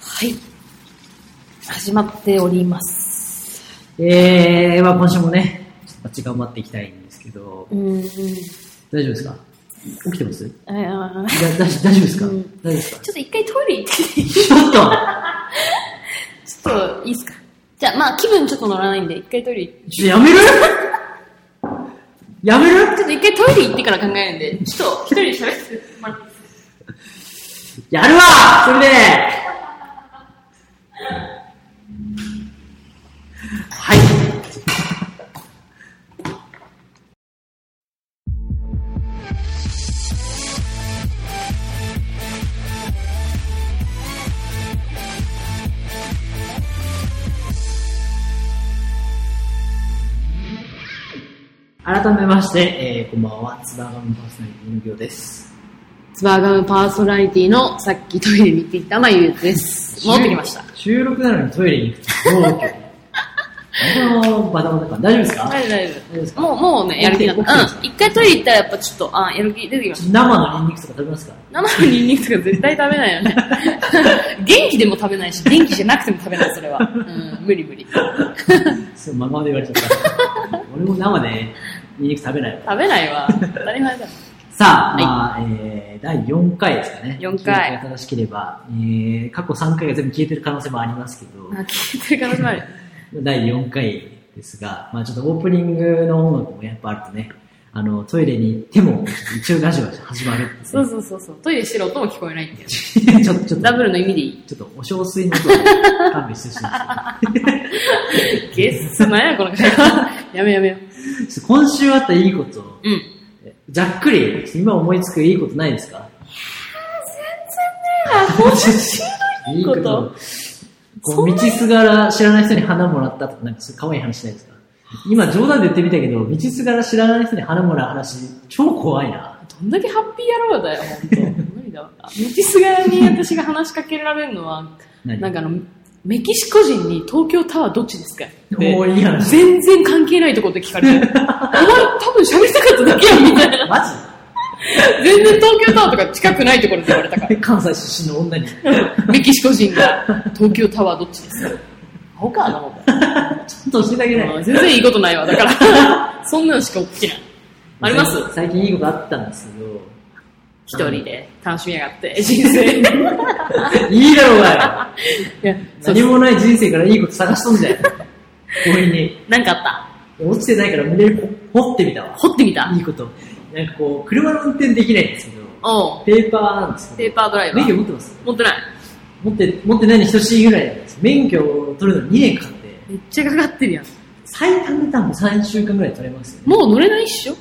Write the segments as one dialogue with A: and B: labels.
A: はい。始まっております。
B: えー、まあ今週もね、ちょっとバッチ頑張っていきたいんですけど
A: う、ん。
B: 大丈夫ですか起きてます
A: ああ
B: だだ大丈夫ですか、
A: うん
B: 大丈夫ですか
A: ちょっと一回トイレ行って、
B: ちょっと
A: ちょっといいですかじゃあ、まあ気分ちょっと乗らないんで、一回トイレ行って、
B: ちょやめるやめる
A: ちょっと一回トイレ行ってから考えるんで、ちょっと一人で喋ってもらっていいですか
B: やるわそれではい。改めまして、えー、こんばんは、津田上パーソナリティの行です。
A: スバーガムパーソナリティのさっきトイレに行ってきたまゆうです。戻ってきました。。
B: 収録なのにトイレに行くってどう今日このバタバタ感、大丈夫ですか
A: 大丈夫、大
B: 大丈夫です
A: 丈夫。
B: か
A: もう、もうね、やる気だっ
B: 起きてます
A: た。うん。一回トイレ行ったらやっぱちょっと、あ、やる気出てきました。
B: 生のニンニクとか食べますか
A: 生のニンニクとか絶対食べないよ ね。元気でも食べないし、元気じゃなくても食べない、それは。うん、無理無理。食
B: そう、ままで言われちゃった。俺も生でニンニク食べないわ。
A: べないわ。当たり前だ。
B: さあ、まあ、えー、第4回ですかね。
A: 四回
B: 記憶が正しければ、えー、過去3回が全部消えてる可能性もありますけど、
A: あ、聞いてる可能性もある。
B: 第4回ですが、まあちょっとオープニングの音楽もやっぱあるとね、あの、トイレに行っても、一応ラジオが始まるってね、
A: そうそうそうそう。トイレしてる音も聞こえないんだよ。
B: ちょっと、ちょっ
A: ダ
B: と、
A: ブルの意味でいい。
B: ちょっとお小水の音を勘弁してほしいんですけど
A: ゲッスなんや、この会話。やめやめよ。
B: ちょっと今週あったいいこと、
A: うん。
B: ざっくり、今思いつくいいことないですかい
A: い
B: い
A: こ
B: ことと。こう道すがら知らない人に花もらったとか、なんかそういう可愛い話ないですか今冗談で言ってみたけど、道すがら知らない人に花もらう話、超怖いな。
A: どんだけハッピー野郎だよ、ほんと。無理だわ。道すがらに私が話しかけられるのは、
B: 何
A: なんかあの、メキシコ人に東京タワーどっちですかって
B: もういい話。
A: 全然関係ないところで聞かれて、お前多分喋りたかっただけやんみたいな。
B: マ
A: 全然東京タワーとか近くないところで言われたか
B: ジ関西出身の女に。
A: ら。 メキシコ人が、東京タワーどっちですかほかな、ほか。
B: ちょっと教えてあげない。
A: 全然いいことないわ、だから。 そんなのしか起きない。あります
B: 最近最近いいことあったんですけど。
A: 一人で楽しみやがって、人生。い
B: いいだろうがよ。
A: や、そう
B: 何もない人生からいいこと探しとんだよ。強引に。
A: なんかあ
B: 落ちてないから胸に掘ってみたわ
A: った。。掘ってみた
B: いいこと。なんかこう、車の運転できないんですけど、
A: おう
B: ペーパーなんです
A: ペ
B: け
A: ーパードライ
B: ど、
A: バ
B: 免許
A: ー。
B: 持ってます
A: 持ってない。
B: 持って、持ってないに等しいぐらいなんです。免許を取るのに2年かかって、
A: めっちゃかかってるやん。
B: 最短で多分3週間ぐらい取れますよ
A: もう乗れないっしょ
B: ね。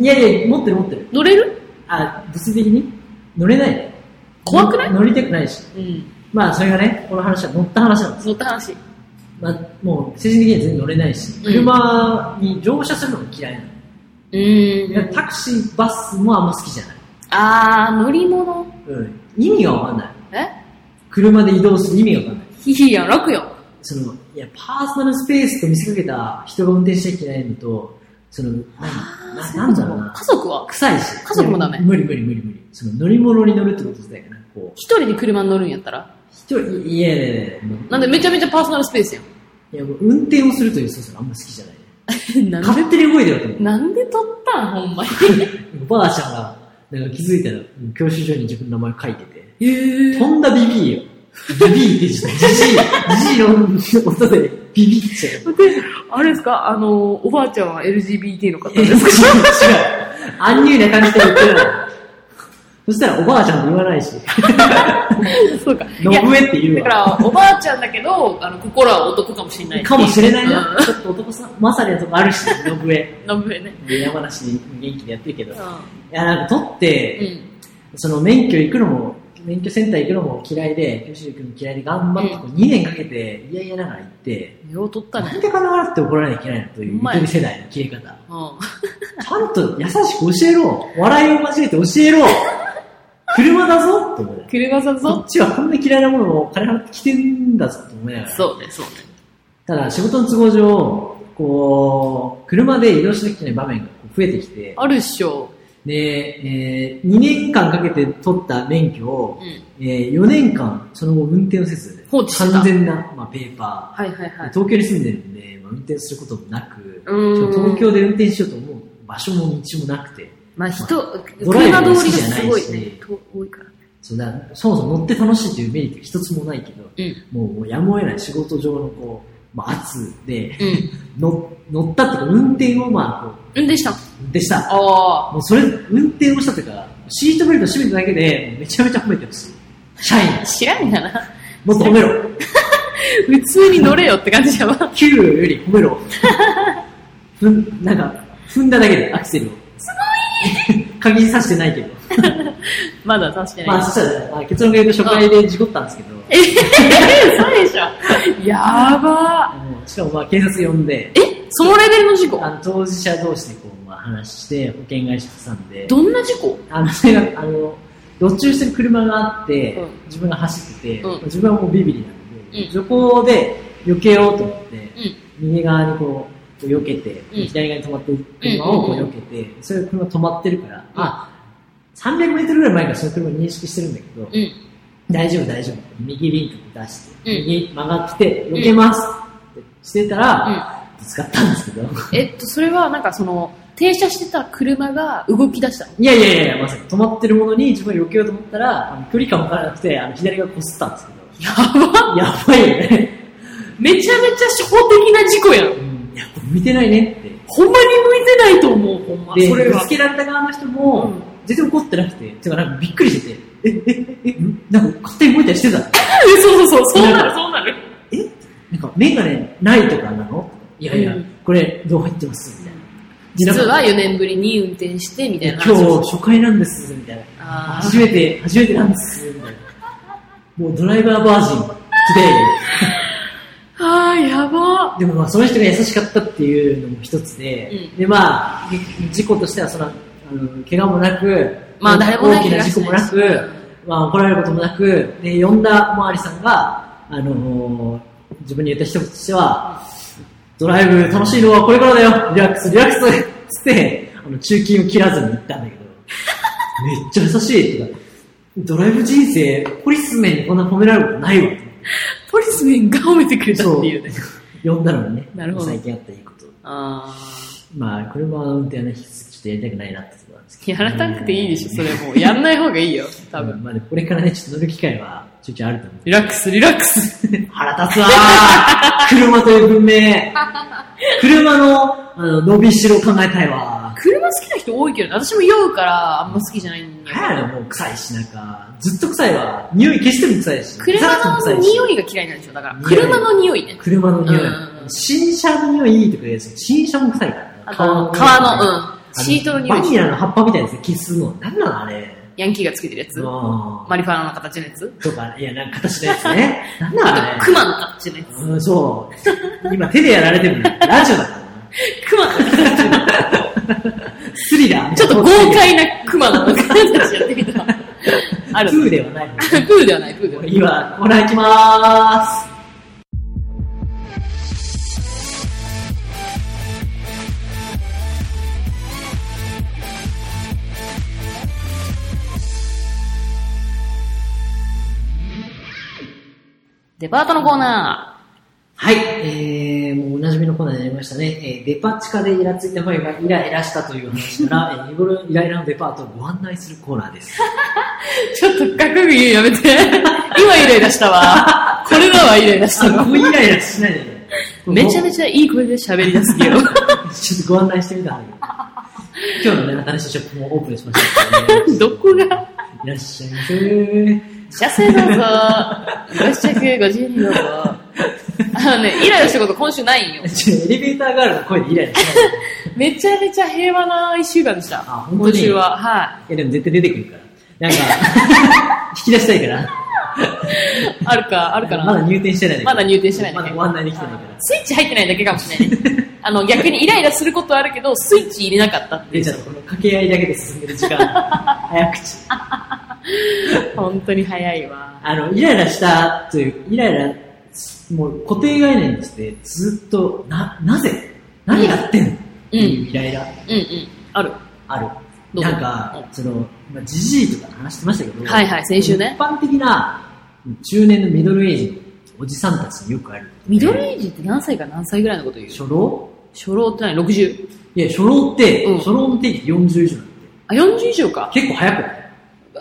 B: いやいや、持ってる持ってる。
A: 乗れる
B: あ、物理的に乗れないね。
A: 怖くない
B: 乗りたくないし。
A: うん。
B: まあ、それがね、この話は乗った話なんです。
A: 乗った話。
B: まあ、もう、精神的には全然乗れないし、
A: ん
B: 車に乗車するのも嫌いなの。
A: うー
B: で
A: ん。
B: タクシー、バスもあんま好きじゃない。
A: あー、乗り物。
B: うん。意味がわかんない。
A: え
B: 車で移動する意味がわかんな
A: い
B: い。
A: いやん、楽よ。
B: その、いや、パーソナルスペースと見せかけた人が運転しちゃいけないのと、その、なんななんだろうな
A: 家。族は
B: 臭いし。
A: 家族もダメ
B: いや無理無理無理無理。その乗り物に乗るってことだよね。こう、
A: 一人で車に乗るんやったら
B: 一人、いやいやいやもう
A: なんでめちゃめちゃパーソナルスペースやん。
B: いや、もう運転をするという操作があんま好きじゃない。
A: なん
B: 勝手に動いてると思
A: で、なんで撮ったんほんまに。
B: う。ばあちゃんが、なんか気づいたら、教習所に自分の名前書いてて、
A: えー、
B: とんだビビーよ。ビビーって言ってた。ジジイ、ジジイの音でビビっちゃう。
A: あれですかあの、おばあちゃんは LGBT の方
B: 違う違う。アンニュイな感じで言ってるの。そしたらおばあちゃんと言わないし、
A: そうか。い
B: の
A: や、
B: ぶえって言
A: だ
B: う
A: か
B: わ。
A: ら、おばあちゃんだけど、あの、心は男かもしれないっていう。
B: かもしれないな
A: う。ん
B: ちょっと男さん、まさりなとこあるし、のぶえ。
A: のぶえね。
B: で山梨で元気でやってるけど。
A: う
B: い
A: ん。
B: や、なんか取って、その免許行くのも、免許センター行くのも嫌いで、教習行くのも嫌いで頑張って、
A: うん
B: こう2年かけて、いやいやながら行って、
A: うん。よう撮った
B: な
A: ね。
B: んで金払って怒られなきゃいけないのというう、
A: まい
B: ゆとり世代の切れ方。
A: うん。
B: ちゃんと優しく教えろ。笑いを交えて教えろ。車だぞって思うよ
A: 車さん
B: こ
A: ぞ。
B: っちはこんな嫌いなものを金払ってきてんだぞって思いながら。
A: そうね、そうね。
B: ただ仕事の都合上、こう、車で移動しなきゃいけない場面が増えてきて、
A: あるっしょ。
B: で、えー、2年間かけて取った免許を、
A: うん。
B: えー、4年間その後運転をせず、
A: 放置してた
B: 完全な、まあ、ペーパ
A: はいはい
B: ー、
A: はい。
B: 東京に住んでるんで、まあ、運転することもなく、
A: うん
B: 東京で運転しようと思う場所も道もなくて、
A: まあ人、
B: ドライ
A: 車
B: ブも
A: 通
B: 好
A: り
B: き
A: が
B: じゃないし
A: すごいね、と多いから。
B: そうだそもそも乗って楽しいというメリット一つもないけど、
A: うん。
B: もうもうやむを得ない仕事上のこう、まあ、圧で、
A: うん。
B: 乗乗ったっていうか、運転をまあ、こ
A: 運転したの
B: う、運転した。
A: あ
B: もうそれ、運転をしたというか、シートベルト締めただけで、もうめちゃめちゃ褒めてほしい。社員、
A: あ。知らんがな。
B: もっと褒めろ。
A: 普通に乗れよって感じやわ。
B: 給料より褒めろ。ふん、なんか、踏んだだけでアクセルを。すごい鍵さしてないけど。
A: まだ確かに。
B: まあ、そしたら、まあ、結論が言うと初回で事故ったんですけど、
A: ええそうでしょ。やば。
B: あのしかもまあ警察呼んで、
A: えそのレベルの事故
B: あの当事者同士でこう、まあ、話して、保険会社挟んで、
A: どんな事故
B: あの、それがあの、路中してる車があって、
A: うん
B: 自分が走ってて、
A: うん
B: 自分はもうビビリなんで、
A: うん
B: 徐行で避けようと思って、
A: うん。
B: 右側にこう、こう避けて、
A: うん
B: 左側に止まってる車をこう
A: うんうんうん
B: 避けて、それで車止まってるから、あ、300メートルぐらい前からその車を認識してるんだけど、
A: うん。
B: 大丈夫大丈夫。右ビンカム出して、
A: うん
B: 右曲がって、避けます、ってしてたら、ぶつかったんですけど、
A: えっと、それはなんかその、停車してた車が動き出したの
B: いやいやいやいや、まさか止まってるものに自分が避けようと思ったら、あの距離感わからなくて、あの左が擦ったんですけど、
A: やば。
B: やばいよね。
A: めちゃめちゃ初歩的な事故やん。
B: うん、やっぱ向いてないねって。
A: ほんまに向いてないと思う、ほんま。
B: で、
A: それ
B: ぶ
A: は
B: つ。けられた側の人も、
A: うん
B: 全然怒ってなくて、てかなんかびっくりしてて、え、え、え、え、んなんか勝手に動いたりしてた。
A: そうそうそう、そうなる、そうなる。
B: えなんかメガネないとかなのいやいや、
A: うん
B: これどう入ってますみたいな。
A: 実は
B: なんか
A: 4年ぶりに運転して、みたいな話
B: 今
A: を
B: 日初回なんです、みたいな。
A: あー
B: 初めて、初めてなんです、みたいな。もうドライバーバージン、today。
A: あー、やば。
B: でもまあその人が優しかったっていうのも一つで、
A: うん
B: でまあ事故としてはそのあの怪我もなく、
A: まあ誰もね
B: 大きな事故もな
A: 怪我しな
B: く
A: いし、
B: まあ怒られることもなく、で呼んだマーリさんが、あのー自分に言った一言としては、ドライブ楽しいのはこれからだよリラックスリラックスつって、あの中金を切らずに行ったん だけど、めっちゃ優しいってかドライブ人生、ポリスメンにこんな褒められることないわって。
A: ポリスメンが褒めてくれたっていうね。
B: 呼んだのにね、
A: なるほど
B: 最近あったいいこと。
A: あ
B: まあ、車の運転はね、引き続きちょっとやりたくないなってところなんです
A: ー。
B: け
A: や
B: ど。
A: らなくていいでしょ、それもう。やんない方がいいよ、多
B: う
A: 分。
B: んまあ、でもこれからね、ちょっと乗る機会はちょいちょいあると思う。
A: リラックス、リラックス。
B: 腹立つわー車という文明。車の、あの、伸びしろ考えたいわ
A: 車好きな人多いけどね、私も酔うから、あんま好きじゃないんだ
B: ー。なんやろ、もう臭いし、なんか。ずっと臭いわ。匂い消しても臭いし。
A: 車の匂
B: い。
A: いが嫌いなんでしょ、だから。
B: 匂い
A: 車の匂いね。
B: 車の匂い
A: うん。
B: 新車の匂いいいとか言うし、新車も臭いから。
A: あの、革の、うん。シートの匂
B: バニ
A: い。
B: ラの葉っぱみたいなやつ消すの。なんなのあれ。
A: ヤンキーがつけてるやつ。
B: うん
A: マリファナの形のやつ。
B: とか、いや、なんか形のやつ ね。なんだ
A: あと、
B: あれ。
A: 熊の形のやつ。
B: うん、そう。今手でやられてるの。ラジオだからな。
A: 熊の形。
B: スリラー。
A: ちょっと 豪快な熊の 形やってみた。ある。
B: プーではない。
A: プーではない、プーではない。
B: 今、ほら行きま
A: デパートのコーナ
B: ーす。はい。えー、もうおなじみのコーナーになりましたね。えーデパ地下でイラついたファイがイライラしたという話から、えー、日頃イライラのデパートをご案内するコーナーです。
A: ー。ちょっと格好いいやめて。今イライラしたわ。これだわ、イライラし
B: あ
A: たわ。
B: もうイライラしないで。
A: めちゃめ
B: ち
A: ちゃいい声で喋り出すけ ど。
B: ゃ。ちょっとご案内してみたんだけど今日のね、新しいショップもオープンしましたけどね、
A: どこが
B: いらっしゃいませー。
A: 車線どうぞ。ご試着ご自由にどうぞ。あのね、イライラしたこと今週ないんよ。
B: ちょエレベーターガールの声でイライラしないで。
A: めちゃめちゃ平和な一週間でした。
B: あ本当に
A: 今週は。はい
B: や、でも絶対出てくるから。 なんか、引き出したいから。
A: い。あるか、あるかな。
B: まだ入店してないんだけど
A: まだ入店してないんだ
B: ま
A: け
B: だ
A: ど
B: ご案内できてないから。
A: スイッチ入ってないだけかもしれないね。あの、逆にイライラすることはあるけど、スイッチ入れなかったってい
B: で、
A: う
B: ちょ。っとこの掛け合いだけで進める時間。早口。
A: 本当に早いわ。
B: あの、イライラしたという、イライラ、もう固定概念として、ずっと、な、なぜ何やってんのっていうイライラ、
A: うんうん。ある。
B: ある。
A: どうぞ
B: なんか、その、まあ、ジジイとかの話してましたけど、
A: はいはい先週ね
B: 一般的な中年のミドルエイジ、おじさんたちによくある。
A: ミドルエイジって何歳から何歳ぐらいのこと言う
B: 初老
A: 初老って何 ?60?
B: いや、初老って、
A: うん
B: 初老の定義40以上なんで、
A: あ、40以上か。
B: 結構早くない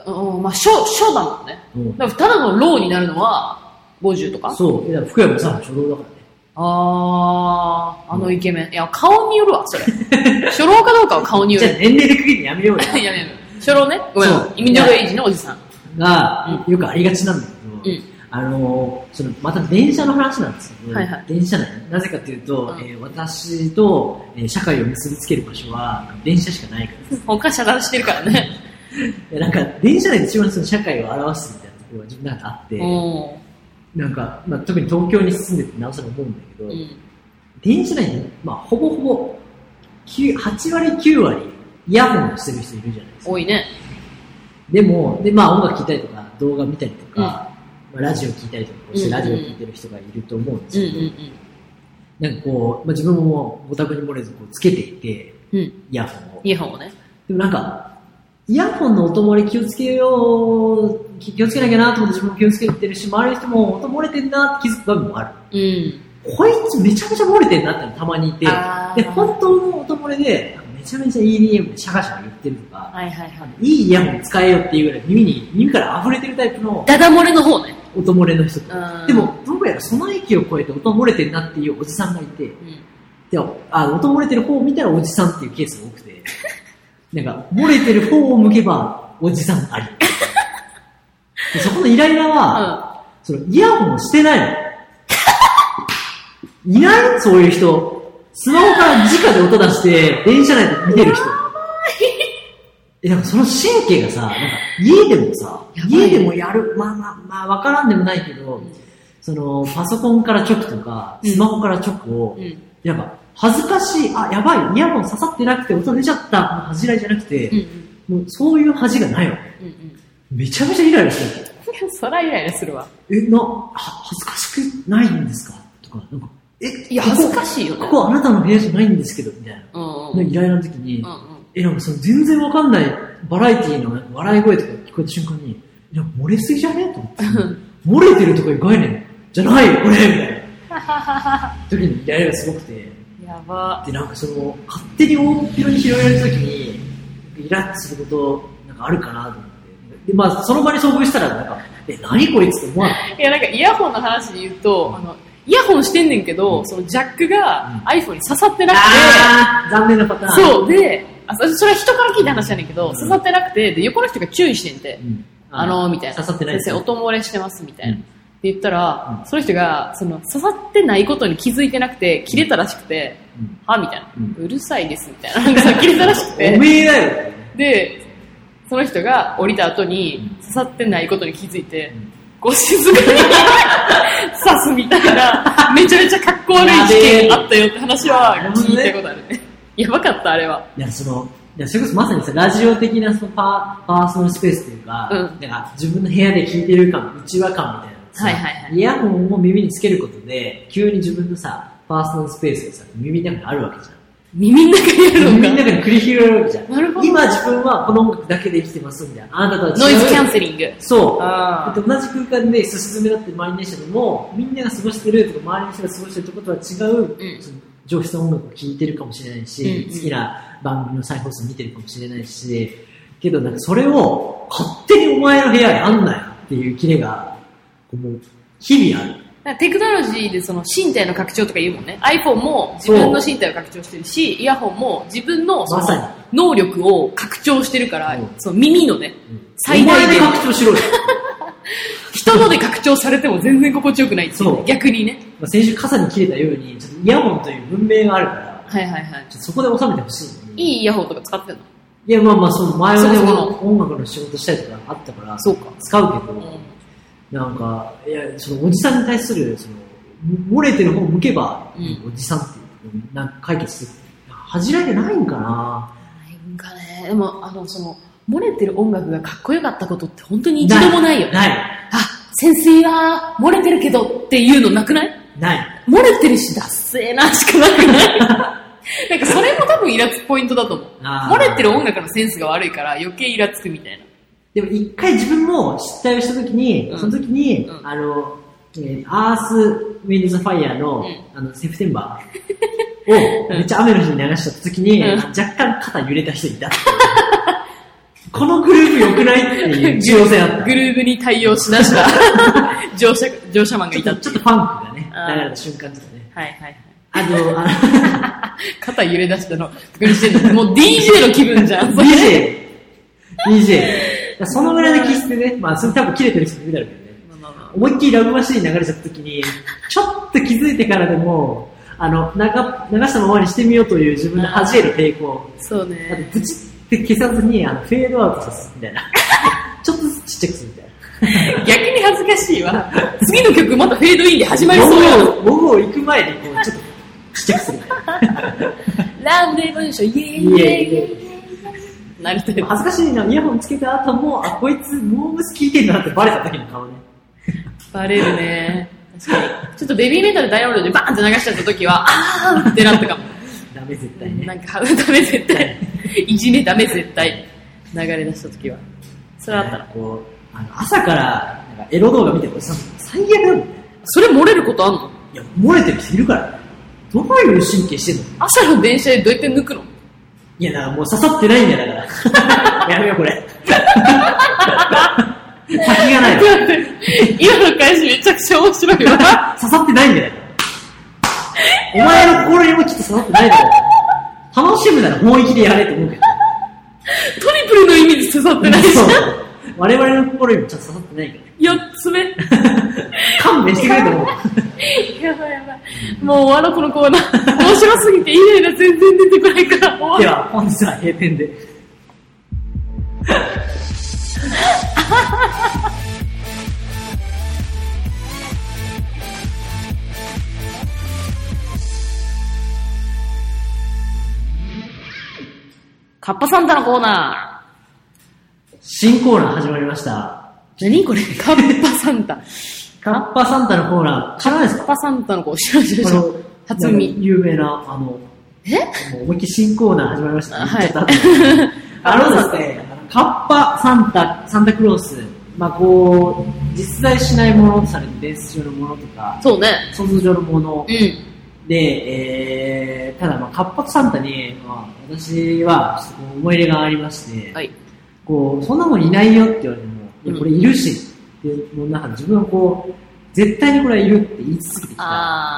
A: うん、まあ、初、初だもんね。
B: うん
A: だからただのローになるのは50とか
B: そう、いや福山さんは初老だからね。
A: あー、あのイケメン。いや、顔によるわ、 それ。初老かどうかは顔によ
B: じゃあ
A: る。
B: 年齢で区切りやめよう よ。
A: いやいやいや初老ね。ごめん
B: そう。
A: ミドルエイジのおじさん。
B: が、よくありがちなんだけど、
A: うん
B: あのーそのまた電車の話なんですけど、
A: はいはい
B: 電車内、なぜかというと、
A: うん
B: えー私と、えー社会を結びつける場所は電車しかないからです
A: 他遮断してるからね。
B: いやなんか電車内で一番その社会を表すみたいなところが自分なんかあって、
A: うん。
B: なんか、まあ、特に東京に住んでてなおさら思うんだけど、
A: うん。
B: 電車内に、まあ、ほぼほぼ9 8割9割イヤホンをしてる人いるじゃないですか。
A: 多いね。
B: でも、で、まあ音楽聴いたりとか、動画見たりとか、まあ、ラジオ聴いたりとか、こうして
A: うんうん
B: ラジオ聴いてる人がいると思うんで
A: うん
B: す
A: う
B: けど、なんかこう、まあ、自分もご多分に漏れずこうつけていて、
A: んうん。うん。
B: イヤホンを。
A: イヤホンをね。
B: でもなんか、イヤホンの音漏れ気をつけよう、気気をつけなきゃなと思って自分も気をつけてるし、周りの人も音漏れてんなって気づく場面もあ
A: うん。
B: る。こいつめちゃめちゃ漏れてんなってのたまにいて、
A: あー
B: で、本当の音漏れで、めちゃめちゃ EDM でシャカシャカ言ってるとか、
A: はいはいはい。
B: いいイヤホン使えよっていうぐらい耳に、耳から溢れてるタイプの
A: ダダ漏れの方ね。
B: 音漏れの人と
A: うん
B: でも、どうやらその域を超えて音漏れてるなっていうおじさんがいて、
A: うん。
B: であ音漏れてる方を見たらおじさんっていうケースが多く て、なんか、漏れてる方を向けばおじさんあり。でそこのイライラは、そのイヤホンをしてな いの。いないそういう人。スマホから直で音出して、電車内で見てる人。え、なんかその神経がさ、なんか家でもさ
A: や、ばいね
B: 家でもやる。まあまあまあ、わからんでもないけど、その、パソコンから直とか、
A: うん
B: スマホから直を、
A: うん。うん。
B: やっぱ、恥ずかしい、あ、やばい、イヤホン刺さってなくて音出ちゃった、の恥じらいじゃな
A: う
B: く
A: ん。う
B: て、
A: ん
B: もうそういう恥がないわ。
A: うん。い
B: めちゃめちゃイライラしてる。
A: や、そらイライラするわ。
B: え、な、は恥ずかしくないんですかとか、なんか、え、
A: いや、
B: ここ
A: 恥ずかしいよ
B: こ
A: ね。
B: こあなたの部屋じゃないんですけど、みたいな。
A: うんうん。
B: のイライラの時に、
A: うんうん。
B: え、なんかその全然わかんないバラエティーの笑い声とか聞こえた瞬間に、いや、漏れすぎじゃねと 思って。漏れてるとかいう概念じゃないよ、これみたいな。時にイライラがすごくて。
A: やば。
B: で、なんかその、勝手に大っぴろに広げられる時に、イラッとすること、なんかあるかなと思って。で、まあ、その場に遭遇したら、なんか、え、何こいつって思わない。
A: いや、なんかイヤホンの話で言うと、あの、イヤホンしてんねんけど、そのジャックが iPhone に刺さってなく
B: あー、残念なパターン。
A: て、そう、で、あそそれは人から聞いた話やねんけど、
B: うん
A: 刺さってなくて、で、横の人が注意してんて、
B: うん。
A: あのー、みたいな。
B: 刺さってない
A: 先生、音漏れしてます、みたいな。
B: うん
A: って言ったら、
B: うん
A: その人が、その、刺さってないことに気づいてなくて、切れたらしくて、
B: うん
A: はみたいな、
B: う
A: うんるさいです、みたいな。なんかさ、切れたらしくて
B: お。めえだよ。
A: で、その人が降りた後に
B: うん
A: 刺さってないことに気づいて
B: うん、
A: こう静かに 刺すみたいな、めちゃめちゃ格好悪い事件あったよって話は聞いたことあるね。やばかった、あれは。
B: いや、その、いや、それこそまさにさ、ラジオ的なそのパーパーソナルスペースというか、
A: うん
B: なんか自分の部屋で聞いてる感、内輪感みたいなのさ
A: はいはいはい
B: イヤホンを耳につけることで、急に自分のさ、パーソナルスペースがさ、耳の中にあるわけじゃん。
A: 耳の中にある
B: 耳の
A: の
B: 中に繰り広げられるわけじゃん。
A: なるほど
B: 今自分はこの音楽だけで生きてますみたいな。あなたとは違
A: か。
B: う。
A: ノイズキャンセリング。
B: そう。
A: あ
B: で同じ空間で、すし詰めだって満員電車でも、みんなが過ごしてるとか、周りの人が過ごしてるとことは違う、
A: うん
B: その上質な音楽を聴いてるかもしれないし、
A: うんうん
B: 好きな番組の再放送見てるかもしれないし、けどなんかそれを勝手にお前の部屋にあんなよっていうキレが、こうもう日々ある。
A: あ。テクノロジーでその身体の拡張とか言うもんね。iPhone も自分の身体を拡張してるし、イヤホンも自分のその
B: まさに
A: 能力を拡張してるから
B: うん、
A: その耳のね、
B: お
A: 最大
B: 前で
A: 限
B: 拡張しろよ。
A: 人ので拡張されても全然心地よくないってい
B: そうう
A: 逆にね
B: まあ先週傘に切れたように、ちょっとイヤホンという文明があるから、
A: はいはいはい
B: ちょっとそこで収めてほしいのに。
A: いいイヤホンとか使ってんの
B: いや、まあまあ、その前はね
A: そうそう
B: 音楽の仕事したりとかあったから、
A: そうか
B: 使うけど、
A: うん
B: なんか、いや、そのおじさんに対する、その、漏れてる方向けば、
A: うん
B: おじさんっていう、なんか解決する。恥じらいじゃないんかな
A: なんかねでもあのその漏れてる音楽がかっこよかったことって本当に一度もないよね
B: ない。
A: あ潜水は漏れてるけどっていうのなくない
B: ない。
A: 漏れてるしダッセーなしかなくないなんかそれも多分イラつくポイントだと思う。
B: あー
A: 漏れてる音楽のセンスが悪いから余計イラつくみたいな。
B: でも一回自分も失態をしたときに、
A: うん
B: その時に、
A: うん
B: あの、えーアース・ウィンド・ザ・ファイヤーの、
A: う
B: あの、セプテンバ ーを
A: うん
B: めっちゃ雨の日に流しちゃったときに、
A: うん
B: 若干肩揺れた人いた。このグループ良くないっていう重要性あった。
A: グルーヴに対応しなした 乗車、乗車マンがい
B: ち
A: た
B: ょっ
A: っ
B: と
A: てい
B: ちょっ
A: う
B: とファンク
A: あー
B: がね、流れた瞬間とかね。
A: はいはいはい。
B: あの、あの、
A: 肩揺れ出したの、確認してるの。もう DJ の気分じゃ ん。それ
B: DJ。DJ。そ のぐらいの気質でね、まあ、それ多分切れてる人もいるだろうけどね。
A: まあまあま
B: 思いっきりラブマシーン流れちゃった時に、ちょっと気づいてからでも、あの、流流したままにしてみようという自分の恥じる抵抗。
A: あそう
B: あと
A: ね。、
B: ブチって消さずに、あの、フェードアウトさすみたいな。 ちょっとずつちっちゃくするみたいな。
A: 逆に恥ずかしいわ。次の曲またフェードインで始まりそうや
B: 午後、午後行く前に、こう、ちょっとちっちゃくするみたいな。
A: ランデブーション、イエ
B: い
A: ーイイエー
B: えいえ
A: イ。なりたい
B: でも恥ずかしいな、イヤホンつけた後も、あ、こいつ、モームス聞いてんだなってバレた時の顔ね。
A: バレるね。確かに。ちょっとベビーメタルダイヤモンドでバーンって流しちゃった時は、あーってなったかも。
B: ダメ、絶対ね。
A: なんか、ダメ絶対。いじめダメ絶対。流れ出した時は。それあったら。
B: こう、あの、朝から、なんか、エロ動画見てるさ最悪だもんね。
A: それ漏れることあんの
B: いや、漏れてる人いるから。どういう神経してんの
A: 朝の電車でどうやって抜くの
B: いや、だからもう刺さってないんだよ、だから。 やめよう、これ。先がない。刺
A: 今の返しめちゃくちゃ面白いわ。
B: さってないんだよ。お前の心にもきっと刺さってないんだよ。楽しむなら本意気でやれと思うけど。
A: トリプルの意味で刺さってないじゃ
B: そ
A: ん
B: う。我々の心にもちょっと刺さってないから。
A: 4つ目。
B: 勘弁してくれと思う。
A: やばいやばい。もう終わろう、このコーナー。面白すぎてイライラ全然出てこないから終わろ
B: で
A: う。
B: は、本日は閉店で。
A: カッパサンタのコーナ
B: 新コーナー始まりました。
A: ー。何これカッパサンタ。
B: カッパサンタのコーナー、知らないです
A: カ
B: か
A: ッパサンタの子、知らん知らん
B: あ
A: 知らん
B: の、
A: 初耳。
B: 有名な、あの、
A: え
B: もう思いっきり新コーナー始まりましたね。
A: はい
B: ちょっ と後であのですね、カッパサンタ、サンタクロース、まあこう、実在しないものとされる伝説上のものとか、
A: そうね。
B: 想像上のもの
A: うん。
B: で、えー、ただまあカッパサンタに、まあ、私はちょっとこう思い入れがありまして、
A: はい。
B: こう、そんなもんいないよって言われても、い
A: うん
B: や、これいるし、っていうものの中で自分はこう、絶対にこれはいるって言い続けてきた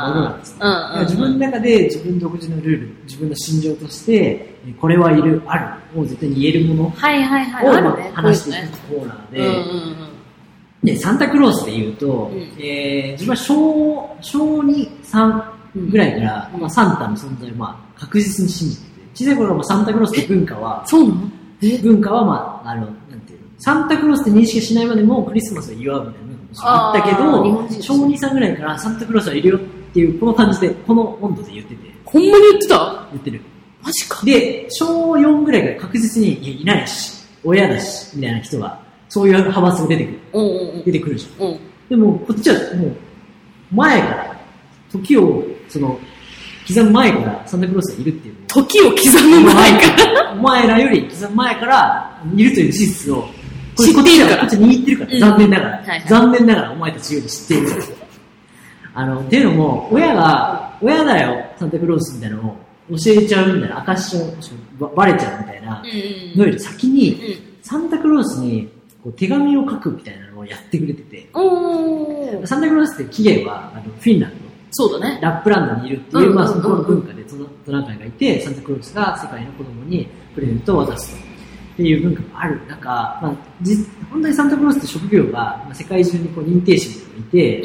B: ものなんですねだから
A: あー
B: 自
A: うんうんうん
B: 分の中で自分独自のルール、自分の心情として、えこれはいる、ある、を絶対に言えるものを
A: はいはいはい。あ
B: ま
A: る
B: あ
A: ね。
B: 話して
A: ね
B: い。くコーナー
A: うんう
B: で、
A: ん
B: で、サンタクロースで言うと、
A: うん
B: えー自分は小、小2、3ぐらいから、
A: うん
B: まあ、サンタの存在をまあ確実に信じてて、小さい頃はまあサンタクロースって文化は
A: うん。、そうなのえ
B: 文化は、まあ、あの、なんていうの、サンタクロースって認識しないまでもクリスマスを祝うみたいなのがあったけ
A: あー日本人
B: ど、
A: です
B: 小2さんぐらいからサンタクロースはいるよっていう、この感じで、この温度で言ってて、
A: ほんまに言ってた
B: 言ってる。
A: マジか。
B: で、小4ぐらいから確実に、いやいないし、親だし、みたいな人が、そういう派閥も出てくる、
A: うんうん
B: 出てくるじゃん。
A: うん。うん。
B: でも、こっちはもう、前から、時を、その、刻む前からサンタクロースがいるっていうのを
A: 時を刻む前から。
B: お前らより前からいるという事実を、こ
A: 知っているから
B: こっちは握ってるから、
A: うん
B: 残念ながら、
A: はいはい
B: 残念ながらお前たちより知っている。あの、っていうのも、親が、親だよ、サンタクロースみたいなのを教えちゃうみたいな、証しをばバレちゃうみたいな
A: うんうん
B: のより先に、
A: う
B: サンタクロースにこう手紙を書くみたいなのをやってくれてて、
A: ん。うん。
B: サンタクロースって起源はあのフィンランド。
A: そうだね。
B: ラップランドにいるっていうう、
A: ん
B: まあ、その頃の文化でトナトナカイがいて、サンタクロースが世界の子供にプレゼントを渡すと。っていう文化がある中、まあ、実本当にサンタクロースって職業が、まあ、世界中にこう認定士みたいなのがいて、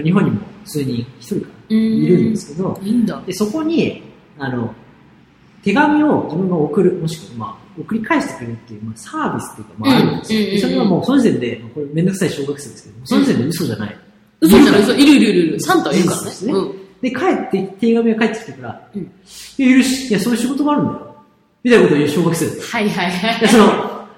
A: う
B: 日本にも数人、一人かな、
A: ん。
B: いるんですけど、
A: いいんだ。
B: でそこにあの手紙を自分が送る、もしくは、まあ、送り返してくれるっていう、まあ、サービスっていうか、まあ、あるんですよ。
A: うんうんうん
B: でそれはもう、その時点で、まあこれめんどくさい小学生ですけど、その時点で嘘じゃない。
A: 嘘じゃない、嘘。いるいるいるいる。サンタはいるからね。
B: そうですね
A: うん。
B: で、帰って、手紙が返ってきてから、
A: うん
B: いや、いるし、いや、そういう仕事もあるんだよ。みたいなことを言う小学生だった。
A: はいはいはい
B: で、その、あ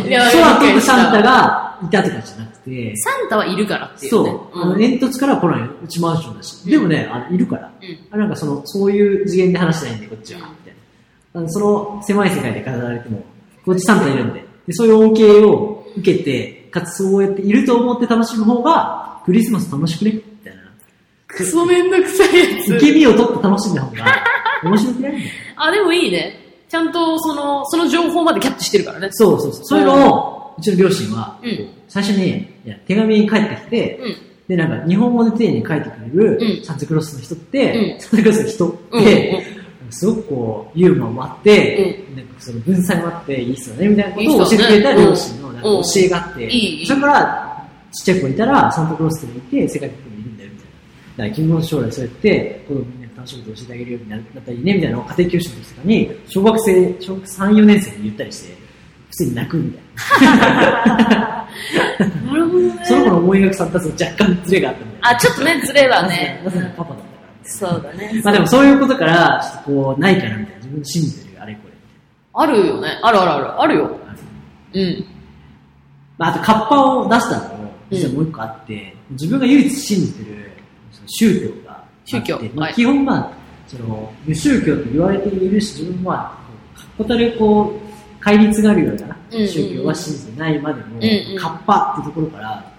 B: の、
A: いや
B: 空飛ぶサンタが、いたとかじゃなくて、
A: サンタはいるからっていう、
B: そう
A: ね。、
B: あの
A: ん。
B: 煙突からは来ないよ。うちマンションだし。でもね、あのいるから。
A: うん
B: あなんかその、そういう次元で話しないんで、こっちは。みたいな。あのその狭い世界で語られても、こっちサンタいるんで。で、そういう恩恵を受けて、かつそうやっていると思って楽しむ方が、クリスマス楽しくねみたいな。
A: クソめんどくさいやつ
B: 受。け身を取って楽しんだ方が、面白くないんだよ。
A: あ、でもいいね。ちゃんと、その、その情報までキャッチしてるからね。
B: そうそうそう。そういうのを、うちの両親は、
A: うん
B: こう最初に、いや手紙に帰ってきて、
A: うん
B: で、なんか、日本語で丁寧に書いてくれる、
A: うん
B: サンタクロースの人って、
A: うん
B: サンタクロースの人って、すごくこう、ユーモアもあって、なんかその文才もあって、いいっすよね、みたいなことを教えてくれた
A: いいっすよね
B: 両親のなんか教えがあって、
A: うんいい
B: それから、ちっちゃい子いたら、サンタクロースでもいて、世界各国にいるんだよ、みたいな。だから、君も将来そうやって、子供みんな楽しいこと教えてあげるようになったらいいね、みたいなのを家庭教師の人とかに、小学生、小学3、4年生に言ったりして、普通に泣くみたいな。
A: なるほどね。
B: その子の思い描くサンタと若干ズレがあったみたいな。
A: あ、ちょっとね、ずれはね
B: ま。さにパパだったから。
A: そうだね。
B: まあでもそういうことから、ちょっとこう、ないかなみたいな、自分の信じてるあれこれ。
A: あるよね。あるあるある。あるよ。うん。
B: まああと、カッパを出したのも、実はもう一個あって、自分が唯一信じてるその宗教があって、
A: 宗教
B: ま
A: は
B: あ、
A: い
B: 基本まあ、その、無宗教と言われているし、自分は、こう確固たるこう、戒律があるような
A: うんうんうん
B: 宗教は信じてないまでも、
A: んうん
B: カッパってところから、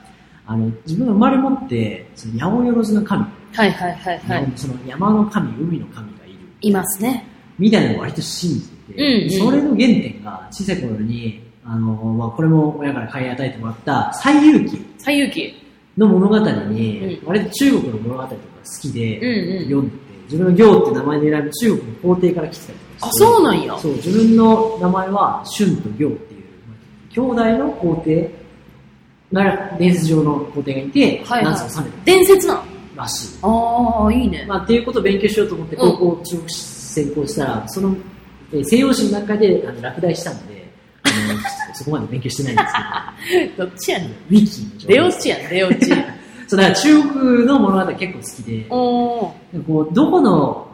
B: あの、自分が生まれ持って、その、八百万の神、
A: はいはいはいはい。
B: その山の神、海の神がいる。
A: いますね。
B: みたいなのを割と信じてて、
A: うんうん
B: それの原点が小さい頃に、あの、まあ、これも親から買い与えてもらった、西遊記
A: 最勇気。
B: の物語に、
A: う
B: 割と中国の物語とか好きで、
A: うんうん
B: 読んでて、自分の行って名前の選ぶ中国の皇帝から来てたりとか
A: あ、
B: して
A: そうなんや。
B: そう、自分の名前は、春と行っていう、兄弟の皇帝が、伝説上の皇帝がいて、
A: はいはい
B: なんせ治めて
A: 伝説な
B: たらしい。
A: の。ああ、いいね。
B: まあ、っていうことを勉強しようと思って
A: うん
B: 高校中国史専攻したら、その、えー西洋史の段階であの落第したんで、あの ちょっとそこまで勉強してないんです
A: どっちやねん。
B: けど、ウィキの情
A: 出
B: 報
A: 落ちやん、出 落ち。
B: そうだから中国の物語結構好きで、
A: おー。
B: こうどこの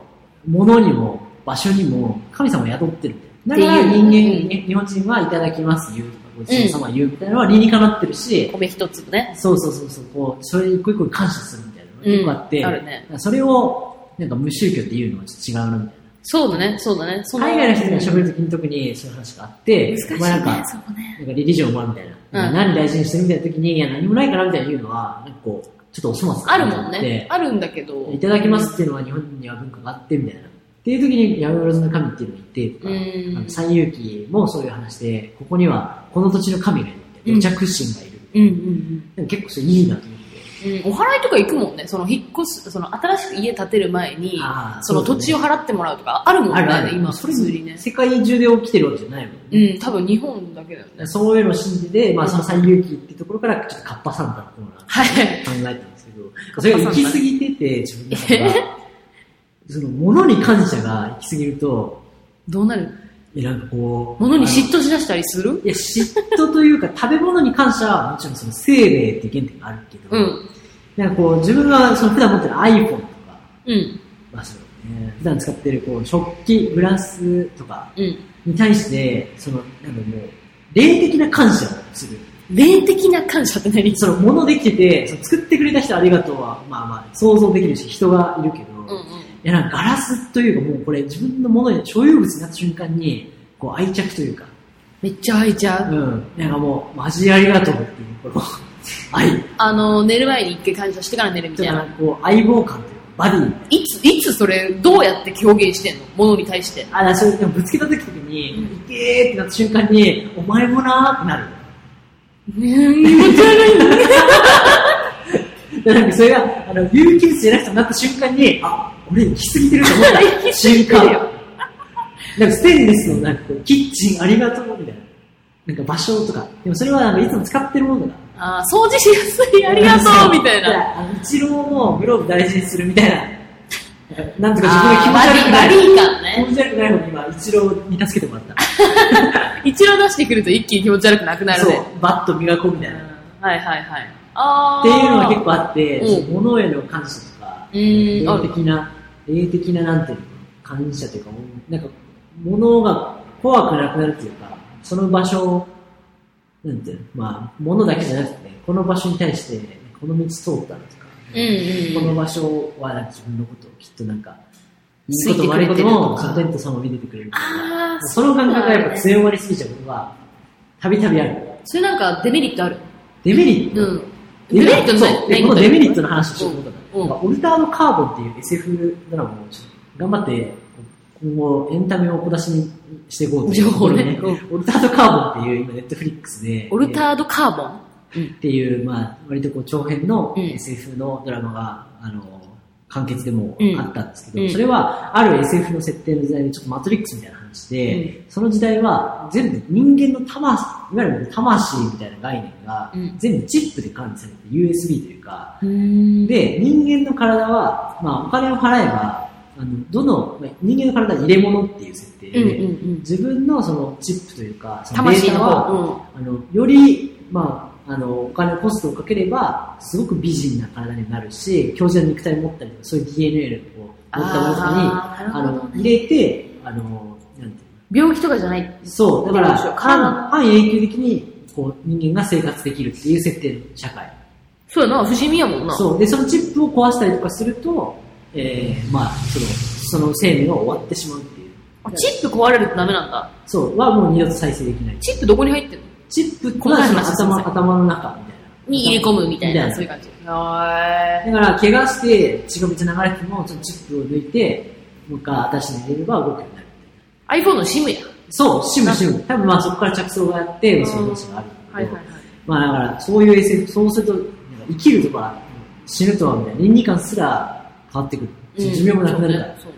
B: ものにも場所にも神様を宿ってるみたいな。だ
A: って
B: から
A: いう
B: 人間、
A: うん
B: 日本人はいただきます言うとか、ごちそうさま言うみたいなのは理にかなってるし、
A: 米一粒ね。
B: そうそうそうそう、こう、それ一個一個に感謝するみたいなのが結構あって、
A: うんあるね
B: それを、なんか無宗教っていうのはちょっと違うなみたいな。
A: そうだね、そうだね。その
B: 海外の人が喋るときに特にそういう話があって、
A: 難しい
B: お前なんか、
A: ね、そこね。
B: なんかリリジョンはみたいな、
A: うん
B: 何大事にしてるみたいなときに、いや何もないからみたいな言うのは、なんかこう、ちょっとお粗末
A: あ
B: だ
A: る
B: なと
A: も
B: 思
A: ん
B: って
A: ね。あるんだけど。
B: いただきますっていうのは日本には文化があってみたいな。っていう時に、やめろずの神っていうのがいてとか、
A: うん
B: あの三遊記もそういう話で、ここにはこの土地の神がいるみたいな、
A: うん
B: 土着神がいるみたい
A: うんうん
B: な。結構それいいなと思って。
A: うん。うん、お祓いとか行くもんね。その引っ越す、その新しく家建てる前に
B: あ、ー
A: その
B: そうだ
A: 土地
B: ね
A: を払ってもらうとかあるもん
B: あるある
A: ね、今、
B: そ
A: そ
B: れ
A: れずりね。
B: 世界中で起きてるわけじゃないもんね。
A: うん、多分日本だけだよね。
B: そういうのを信じて、まあ、その最勇気っていうところから、ちょっとカッパサンタのコーナー
A: はい。
B: 考えたんですけど、それが行き過ぎてて、自分の中が、その、物に感謝が行き過ぎると、
A: どうなる
B: え、なんかこう、
A: 物に
B: 嫉
A: 嫉妬しだしたりする
B: いや、嫉妬というか、食べ物に感謝は、もちろんその生命っていう原点があるけど、
A: うん。
B: なんかこう、自分がその普段持ってる iPhone とか、
A: うん。
B: まあそのね、普段使ってるこう食器、グラスとか
A: うん。
B: に対して、その、なんかもう、霊的な感謝をする。
A: 霊的な感謝って何
B: その物できてて、その作ってくれた人ありがとうは、まあまあ、想像できるし、人がいるけど、
A: うんうん
B: い。やなんかガラスというか、もうこれ自分のものに所有物になった瞬間に、こう愛着というか、
A: めっちゃ開いちゃ
B: う
A: う。
B: ん、なんかもう、マジありがとうっていう、 この、愛、
A: あの、寝る前に一回感謝してから寝るみ
B: ち
A: た
B: ょ
A: い
B: っと
A: な
B: な。んかこう、相棒感というか、バディみたいな。
A: いつ、いつそれ、どうやって表現してんの物に対して。
B: あ、だからそれでもぶつけた時に、いけーってなった瞬間に、お前もなーってなる。
A: うん、気持ち悪いんだ
B: でなんかそれが、あの、有機物じゃなくてもなった瞬間に、あ、俺行き過ぎてると思った
A: 行き過ぎてるよ
B: 瞬間。なんかステンレスのなんかこう、キッチンありがとうみたいな。なんか場所とか。でもそれはなんかいつも使ってるものだから。
A: あー掃除しやすい、ありがとう、みたいな。
B: な。あのイチローもグローブ大事にするみたいな。なんとか自分が気持
A: あ
B: ち悪く
A: ー
B: な
A: バ
B: い。
A: リバリー感ね
B: 気持ち悪くない方に今、イチローに助けてもらった。
A: 一郎出してくると一気に気持ち悪くなくなる
B: そう
A: ね。、
B: バット磨こうみた
A: う
B: い
A: ん
B: な。
A: はいはいはい。あ
B: っ
A: ー
B: ていうのが結構あって、
A: うん
B: その物への感謝とか、
A: うーんあ
B: 霊
A: る
B: 的な、霊的ななんていうの感謝というか、なんか、物が怖くなくなるというか、その場所なんていうのまあ、物だけじゃなくてね、この場所に対して、この道通ったとか、
A: うん
B: こ
A: うん
B: の場所はなんか自分のことをきっとなんか、
A: つ
B: い
A: い
B: いこ
A: てく
B: とも
A: れ
B: 悪い
A: て
B: こ
A: る
B: と
A: と
B: も
A: か
B: コンテンツさも見ててくれる
A: ああ、
B: その感覚がやっぱ
A: い。
B: 強まりすぎちゃうことは、たびたびある。
A: それなんかデメリットある。
B: デメリット、
A: うん。デメリットない
B: そ。う
A: ない
B: でこのデメリットの話をしようと思った
A: うんう
B: の
A: ん
B: なんかオルタードカーボンっていう SF ドラマをちょっと頑張って、今後エンタメを小出しにしていこうというところでね
A: 情報ね、
B: オルタードカーボンっていう今ネットフリックスで、
A: オルタードカーボン。
B: っていう、まあ、割とこう長編の
A: うん
B: SF のドラマが、あの、完結でも
A: うん
B: あったんですけど、
A: うん
B: それはある SF の設定の時代にちょっとマトリックスみたいな話で、その時代は全部人間の魂、いわゆる魂みたいな概念が
A: うん
B: 全部チップで管理されて USB というか、
A: うんで、
B: で、人間の体は、まあ、お金を払えば、あの、どの、まあ人間の体は入れ物っていう設定
A: う
B: で、
A: んうんうん。
B: 自分のそのチップというか、そのデ
A: 魂
B: ー
A: の
B: タは、
A: 方。
B: あの、より、まあ、あの、お金コストをかければ、すごく美人な体になるし、強靭な肉体を持ったりとか、そういう DNA を持ったものとか
A: あー
B: に、あ
A: なるほど
B: の、入れて、あの、なんていう
A: 病気とかじゃない。
B: のそう、だか
A: どうでしょ
B: ら
A: う、体
B: 半半永久的に、こう、人間が生活できるっていう設定の社会。
A: そうやな、不死身やもんな。
B: そう。で、そのチップを壊したりとかすると、えー、まあ、その、その生命が終わってしまうっていう。
A: あチップ壊れるとダメなんだ。
B: そう、はもう二度と再生できない。
A: チップどこに入ってんの
B: チップって
A: この話
B: その
A: すいません
B: 頭、頭の中みたいな。
A: に入れ込むみたい
B: みたい
A: な、
B: な
A: そういう感じ。は
B: だから、怪我して、血がめっちゃ流れても、そのチップを抜いて、もう一回私に入れれば動くようになる。
A: ーい。iPhone の SIM や。
B: そう、シムシム。多分まあそこから着想があって、その話があるんだけど。
A: はいはいはい。
B: まあだから、そういう SF、そうすると、なんか生きるとか、死ぬとはみたいな、倫理観すら変わってくる。寿命もなくなるから。
A: そうね。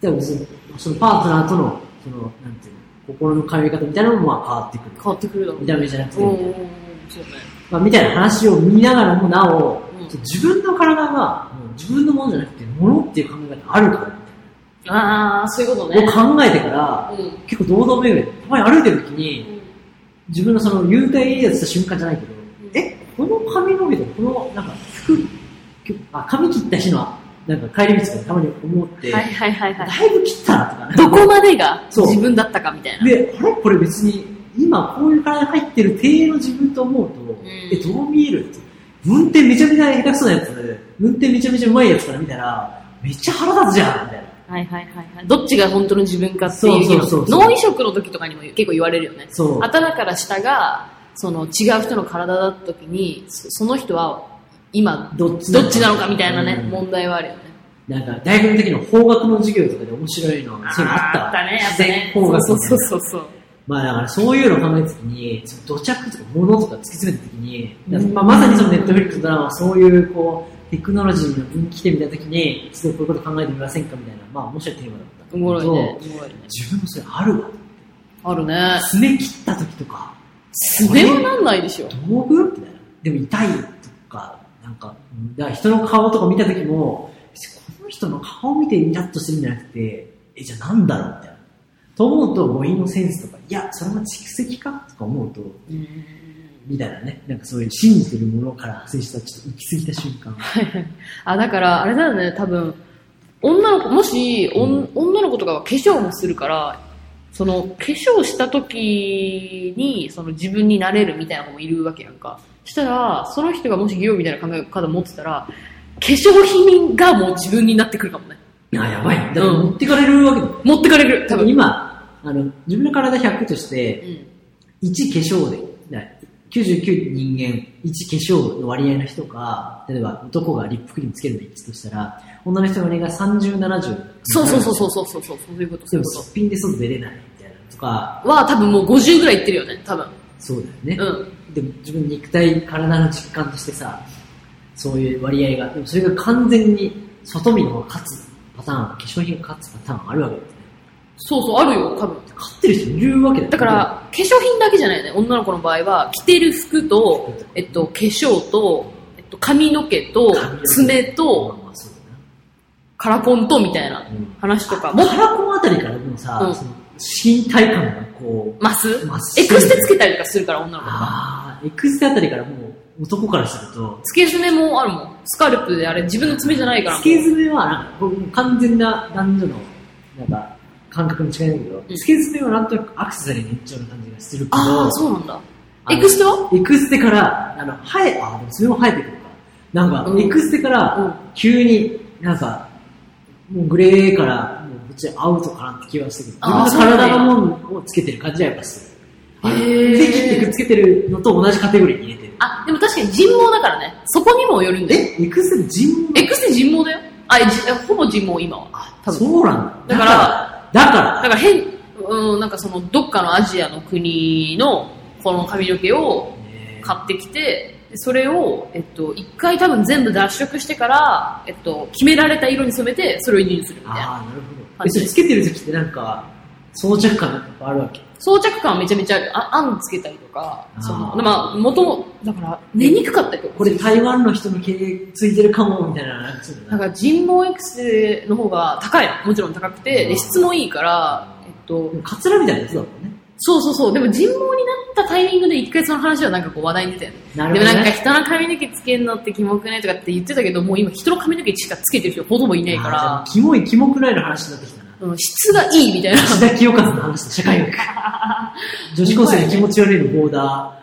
B: でもそのそのパートナーとの、その、なんていうの、心の通い方みたいなのもまあ変わってくる。
A: 変わってくるだろう
B: 見
A: ね。
B: た目じゃなくて
A: うん
B: み
A: う
B: たい
A: ん
B: な
A: うん、そうね。
B: まあ、みたいな話を見ながらもなお、
A: うん
B: 自分の体がもう自分のものじゃなくて、物っていう考え方あるからみ
A: ああ、そういうこと
B: たい
A: ね。
B: な、を考えてから、
A: うん。
B: 結構堂々巡りで、たまに歩いてる時に、自分のその幽体離脱した瞬間じゃないけど、え、この髪の毛とこの、なんか服、あ、髪切った日の、なんか帰り道とかたまに思って、
A: はいはいはいはい。
B: だいぶ切ったなとか、
A: どこまでが
B: そう
A: 自分だったかみたいな。
B: で、あれこれ別に、今こういう体に入ってる体の自分と思うと、え、どう見えるって運転めちゃめちゃ下手くそなやつ、運転めちゃめちゃうまいやつから見たら、めっちゃ腹立つじゃんみたいな。
A: はいはいはいはい。どっちが本当の自分かっていう議論
B: そうそうそうそう
A: 脳移植の時とかにも結構言われるよね。
B: そう。
A: 頭から下が、その違う人の体だった時に、そその人は今、
B: どっち
A: どっちなのかみたいなね、
B: うん
A: 問題はあるよね。
B: なんか、大学の時の法学の授業とかで面白いの、そういうのあったわ。
A: あったね、やっぱね。
B: 自然法学
A: そう
B: みたい
A: そう
B: な。
A: そうそう。
B: まあだから、そういうのを考えた時に、その土着とか物とか突き詰めた時に、
A: うん
B: まあ、まさにそのネットフリックスのドラマはそういう、こう、テクノロジーの分岐点みたいな時に、一度こういうこと考えてみませんかみたいな、まあ面白いテーマだったんだ
A: お
B: けど。
A: もろいね。おもろいね。
B: 自分もそれあるわ。
A: あるね。
B: すね切った時とか、
A: すべはなんないでしょ。
B: 道具みたいな。でも痛いとか、なんか、うんだから人の顔とか見た時も、この人の顔見てイラッとしてるんじゃなくて、え、じゃあなんだろうみたいな。と思うと、語彙のセンスとか、いや、それは蓄積かとか思うと、みたいなね、なんかそういう信じてるものから派生した、ちょっと行き過ぎた瞬間。
A: あ、だから、あれだよね、多分、女の子、もし、おん女の子とかは化粧もするから、その、化粧した時に、その自分になれるみたいな子もいるわけやんか。したら、その人がもし業みたいな考え方持ってたら、化粧品がもう自分になってくるかもね。
B: あ、やばい。だから持ってかれるわけだよ。
A: 持ってかれる、多
B: 多分
A: 分。
B: 今、あの、自分の体100として、
A: うん。
B: 1化粧で、な99人間、1化粧の割合の人が、例えば男がリップクリームつけるの1としたら、女の人の割合が30、70。
A: そうそうそうそうそうそう、そうそういうこと、そ
B: で
A: うい
B: も
A: うこ
B: すっぴんで外出れないみたいなとか、
A: と。は、多分もう50ぐらいいってるよね、多分。
B: そうだ
A: うん。
B: よね。でも自分の肉体、体の実感としてさ、そういう割合が、でもそれが完全に外見の方が勝つパターン、化粧品が勝つパターンあるわけですね。
A: そうそう、あるよ、多分。
B: 勝ってる人いるわけだよ
A: だから、、化粧品だけじゃないよね。女の子の場合は、着てる服と、えっと、化粧と、えっと、髪の毛と、爪と、
B: まあまあそうだな。
A: カラコンと、みたいな
B: うん
A: 話とか、も
B: もうカラコンあたりからもうさ、
A: うん
B: その身体感がこ
A: マス
B: う、まっす
A: エ
B: ぐ
A: クステつけたりとかするから、女の子とか。
B: ああ、エクステあたりからもう男からすると、
A: 付け爪もあるもん。スカルプであれ、自分の爪じゃないから。
B: つけ爪はなんかこう完全な男女のなんか感覚の違いだけど、
A: うん
B: つけ爪はなんとなくアクセサリーの延長な感じがするけど、
A: ああ、そうなんだ。
B: あの
A: エクステは
B: エクステから、あの、生え、あ、でもそれも生えてくるか。なんか、
A: うん
B: エクステから、急になんか、もうグレーから、もうこっちアウトかなって気はしてくる。
A: あ
B: 自分の体のもんをつけてる感じはやっぱする。あの
A: へー
B: 腕切ってくっつけてるのと同じカテゴリーに入れてる。
A: あ、でも確かに人毛だからね。そこにもよるんだよ。
B: え、エクステ人
A: エクステ人毛だよ。あ、じほぼ人毛、今は。多分
B: そうなんだ。
A: だから
B: だから、
A: だから変、うん、なんかその、どっかのアジアの国の、この髪の毛を
B: ね
A: 買ってきて、でそれを、えっと、一回多分全部脱色してから、えっと、決められた色に染めて、それを輸入するみたいな。
B: ああ、なるほど。
A: 感
B: え、
A: じ
B: それつけてる時ってなんか、装着感なんかあるわけ。
A: 装着感はめちゃめちゃあるよ。あ、あんつけたりとか、
B: あー
A: その、まあ、元も、だから、寝にくかったりとか。
B: これ台湾の人の経営ついてるかも、みたいな、なんかそういうの
A: な
B: なんい
A: か人毛エクスの方が高いの。もちろん高くて、で質もいいから、えっと
B: で、もカツラみたいなやつだもんね。
A: そうそうそう。でも人毛になったタイミングで一回その話はなんかこう話題に出たよね。
B: な
A: でもなんか人の髪の毛つけるのってキモくないとかって言ってたけど、もう今人の髪の毛しかつけてる人ほとんどいないから、
B: あーキモい、キモくないの話になってきたな。
A: うん質がいいみたい な。
B: 石田清和の話と社会 学。女子高生の気持ち悪いのボーダ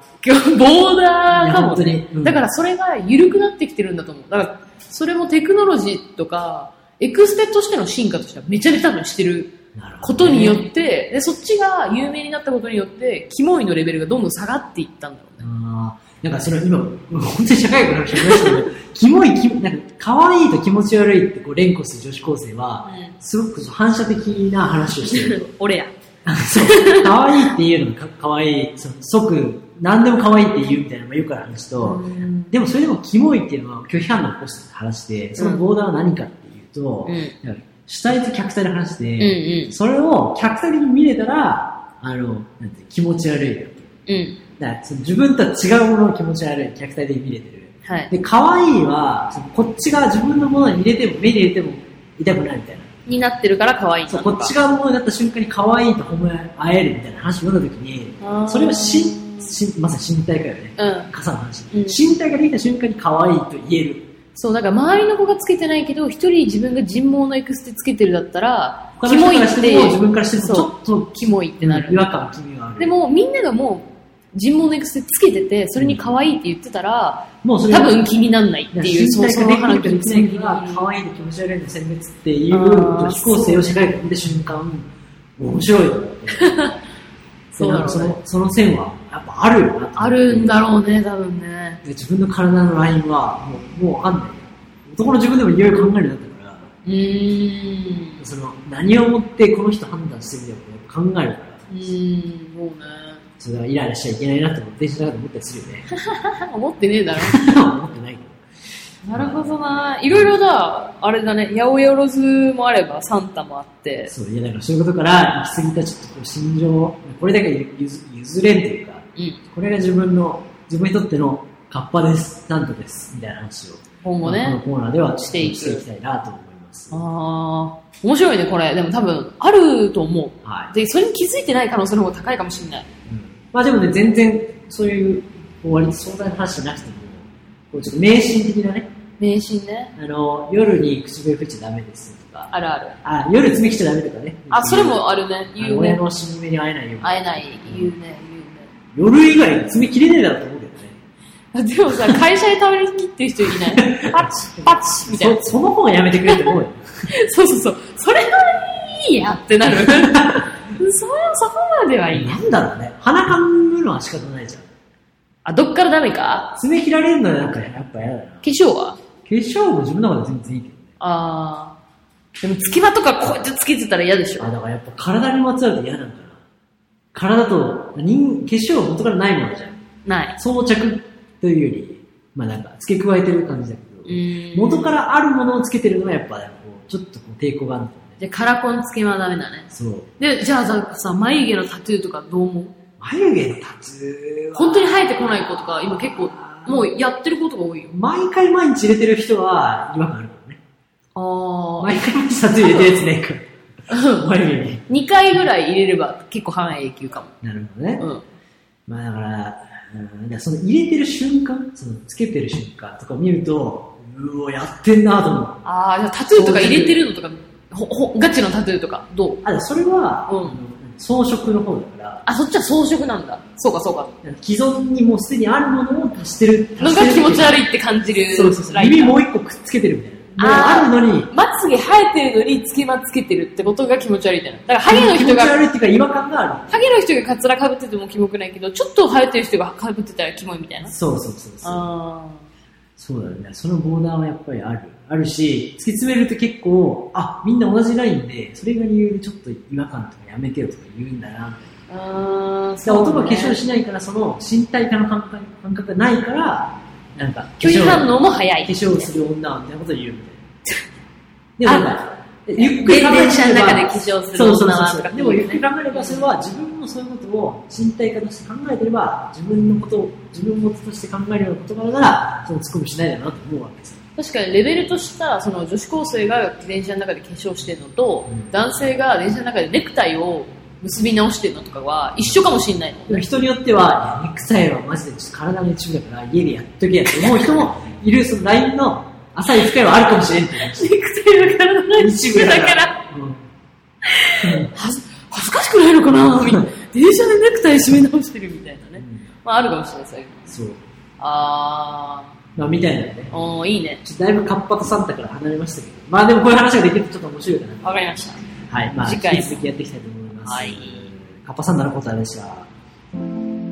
A: ボーダーかも
B: いや本
A: ね
B: 当。にうん
A: だからそれが緩くなってきてるんだと思う。だからそれもテクノロジーとか、エクステとしての進化としてはめちゃめちゃ多分してる
B: ー。なるほ
A: こ
B: ど
A: と
B: ね
A: によって、でそっちが有名になったことによって、キモいのレベルがどんどん下がっていったんだろうね。
B: あーなんかその今、本当に社会学の話になりましたけど、 キモい、キモなんか可愛いと気持ち悪いってこう連呼する女子高生は、すごく反射的な話をし てる。
A: 俺や。
B: あそう可愛いっていうのがか可愛い、その即、何でも可愛いって言うみたいなのがよくある話と、
A: うん
B: でもそれでもキモいっていうのは拒否反応を起こすって話で、そのボーダーは何かっていうと
A: う、ん。
B: なんか主体と客体の話
A: う
B: で、
A: ん。
B: それを客体に見れたら、あの、なんて気持ち悪いだけ。
A: うん。
B: だからその自分とは違うものを気持ち悪い、客体で見れてる。
A: はい。
B: で、可愛いは、そのこっちが自分のものに入れても、目に入れても痛くないみたいな。
A: になってるから可愛いんだ
B: そう、
A: と
B: こ
A: か
B: っち側のものになった瞬間に可愛いと褒め合えるみたいな話を読んだ時に、
A: あー
B: それはし、しまさに身体化よね。
A: うん。
B: 傘の話。
A: うん
B: 身体ができた瞬間に可愛いと言える。
A: そう、だから周りの子がつけてないけど、一人自分が人毛のエクステつけてるだったら、
B: 他
A: キ
B: の人
A: モい
B: から
A: っ
B: してても、自分からしても、ち
A: そ
B: ょ
A: う
B: っと
A: キモいってなる。
B: 違和感、気味がある。
A: で、も、みんながもう、人毛のエクステつけてて、それに可愛いって言ってたら、
B: もうそれ
A: 多分気になんないって
B: 身
A: いう、そう
B: 体
A: そ
B: が
A: の
B: できない
A: 話
B: とできないから、可愛いと気持ち悪いの選別っていう女子高生を社会学見た瞬間、面白いと思って。
A: そうだろうね
B: その、その線は、やっぱあるよな。
A: あるんだろうね、多分ね。
B: で自分の体のラインはもう、もうわかんない。男の自分でもいろいろ考えるようになったか
A: うーん。
B: ら、その、何をもってこの人判断してみたのか考えるから、
A: うーん、もうね。
B: それはイライラしちゃいけないなって思って、電車の中で思ったりするよね。
A: 思ってねえだろ。
B: 思ってないけ
A: なるほどな。いろいろだ、あれだね、八百万もあれば、サンタもあって
B: ど。。そう、いや、だからそういうことから、行き過ぎたちょっとこう心情、これだけゆ譲譲れんというか、
A: うん。
B: これが自分の、自分にとってのカッパです、なんとです、みたいな話を、
A: 今後
B: まあ
A: ね。
B: このコーナーでは
A: していく
B: していきたいなと思います。は
A: ああ面白いね、これ。でも多分、あると思う。
B: い。
A: で、それに気づいてない可能性の方が高いかもしれない。
B: うんまあでもね、全然、そういう、こう割と壮大な話じゃなくても、こうちょっと迷信的なね、
A: 迷信ね。
B: あの、夜に唇食っちゃダメですとか、
A: あるある。
B: あ、夜爪切っちゃダメとかね。
A: あ、それもあるね。
B: あ
A: 言
B: の、
A: う
B: 親
A: ね。
B: の死に目に会えないように。
A: 会えない。言うね。
B: 夜以外爪切れねえだろうと思うけどね。
A: 言うね。でもさ、会社で倒れ切ってる人い ない。パチ、パチ、みたいな。
B: そその方がやめてくれって思うよ。
A: そうそうそう。それはいいやって なる。そ、そこまではいい。
B: なんだろうね。鼻かむのは仕方ないじゃん。
A: あ、どっからダメか
B: 爪切られるのはなんかやっぱ嫌だな。
A: 化粧は
B: 化粧も自分の中で全然いいけどね。
A: ああ。でも、つきばとかこうやってつけてたら嫌でしょ
B: あ、だからやっぱ体にまつわると嫌なんかな。体と、人、化粧は元からないものじゃん。
A: ない。
B: 装着というより、まあなんか付け加えてる感じだけど、
A: ん
B: 元からあるものをつけてるのはやっぱなんかこうちょっとこう抵抗があるんだよね。
A: じゃあ、カラコンつけはダメだね。
B: そう。
A: で、じゃあさ、さ眉毛のタトゥーとかどう思う
B: 眉毛のタトゥーは、
A: 本当に生えてこない子とか、今結構、もうやってる子とか多いよ。
B: 毎回毎日入れてる人は違和感あるからね。
A: ああ。
B: 毎回毎日タトゥー入れてるやつな いから。眉毛に。
A: 2回ぐらい入れれば結構半永久かも。
B: なるほどね。
A: うん。
B: まあだから、うん、だからその入れてる瞬間、そのつけてる瞬間とか見ると、うお、やってんなと思う。
A: ああ、じゃあタトゥーとか入れてるのとか、ほ、ほ、ガチのタトゥーとか、どう
B: あ、でもそれは、
A: うん
B: あの装飾の方だから、
A: あ、そっちは装飾なんだ。そうか、そうか。
B: 既存にもうすでにあるものを足してる。
A: のが気持ち悪いって感じる。
B: そうそうそう。
A: ライン
B: 耳
A: だ
B: もう一個くっつけてるみたいな。も
A: あー
B: うあるのに、
A: まつげ生えてるのにつけまつけてるってことが気持ち悪いじゃない。だからハゲの
B: 気
A: 人
B: 持ち
A: が、
B: 悪いっていうか違和感があ
A: ハゲの人がカツラかぶっててもキモくないけど、ちょっと生えてる人がかぶってたらキモいみたいな
B: る。。そうそうそうそう。
A: あ
B: そうだよね。そのボーダーはやっぱりある。あるし、突き詰めると結構、あ、みんな同じラインで、それが理由でちょっと違和感とかやめてよとか言うんだな、みたいな。
A: ーあー。
B: だから男は
A: ね
B: 化粧しないから、その身体化の感覚感覚がないから、なんか、
A: 拒否反応も早
B: 化
A: い。
B: 粧をする女はみたいなことを言うみた いな。でもなんか、ゆっく
A: 電
B: り考えれば
A: 電車の中で化粧する
B: そうそう
A: 女は
B: そう
A: とかって
B: そう。
A: い
B: で
A: うね
B: もゆっくり考えれば、それは自分のそういうことを身体化として考えてれば、自分のことを、自分もとして考えるような言葉だから、そのツッコミしないだなと思うわけですよ。
A: 確かにレベルとしたその女子高生が電車の中で化粧してるのと、
B: うん
A: 男性が電車の中でネクタイを結び直してるのとかは一緒かもしれないの、
B: でも人によっては、いや、ネクタイはマジでちょっと体の一部だから、家でやっとけやって思う人もいる、その LINE の浅い深いはあるかもしれんって話。
A: ネクタイは体の一部だから
B: うん
A: はず恥ずかしくないのか なみたいな電車でネクタイ締め直してるみたいなね、まあ、あるかもしれないそういうの
B: そう。
A: あ
B: まあ、みたいなね
A: ー。おーいいね
B: ちょっとだいぶカッパとサンタから離れましたけど、まあでもこういう話ができるとちょっと面白いかな。
A: わかりました
B: はい、まあ、
A: 次
B: 引
A: 回
B: き続きやっていきたいと思います。
A: はい。
B: カッパサンタのコーナーでした。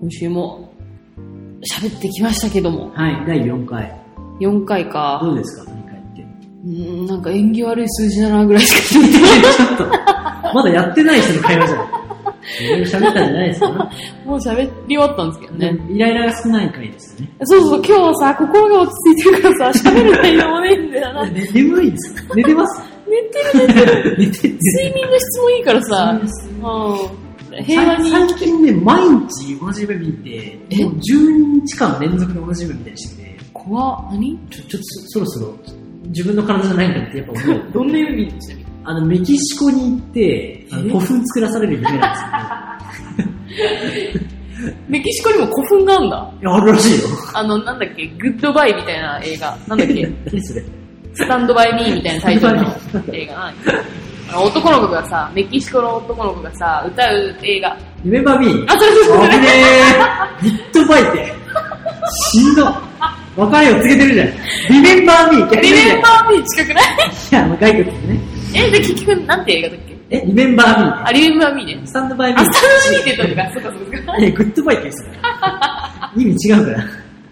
A: 今週も喋ってきましたけども
B: はい、第4回。
A: 4回か
B: どうですか振り返って。
A: うーんなんか縁起悪い数字だなぐらいしか聞いてない
B: ちょっと、まだやってない人の会話じゃ ん。いろいろ喋ったんじゃないですか
A: もう喋り終わったんですけどね。
B: ね。イライラが少ない回ですよね。
A: そうそう、今日はさ、心が落ち着いてるからさ、喋る内容もねえんだよな。
B: ね眠いんですか寝てます
A: 寝てる寝てる。
B: 寝てて。
A: 睡眠の質もいいからさ、うん。平和に。
B: 最最近ね、毎日同じ夢見て、
A: え
B: もう12日間連続で同じ夢見たりしてて、
A: 怖っ。何
B: ちょ、ちょっとそろそろ自分の体じゃないんだってやっぱ思 う。
A: どんな夢見るのちなみに
B: あの、メキシコに行って、あの
A: え
B: 古墳作らされる夢なん
A: メキシコにも古墳があんだ。
B: ですよ。 いや、あるらしいよ。
A: あの、なんだっけ、グッドバイみたいな映画。なん だっけ、
B: 何それ。
A: スタンドバイミーみたいなタイト ルの映画。あの男の子がさ、メキシコの男の子がさ、歌う映画。
B: 夢バミー。
A: あ、それそれそ
B: あ
A: れ
B: ぶ。ねえ。ビットバイて。しんど。別れを告げてるじゃん。リメンバーミー。
A: リメンバ
B: ー
A: ーミー近くない
B: いや、あの外国でね。
A: え、で、結局、なんて映画だっけ
B: え、リメンバーミーね。
A: あ、リメンバーミーね
B: ス。タンドバイミー。
A: あ、スタンド見てたのか、そうかそうか。
B: え、グッドバイって言うんですよ。意味違うか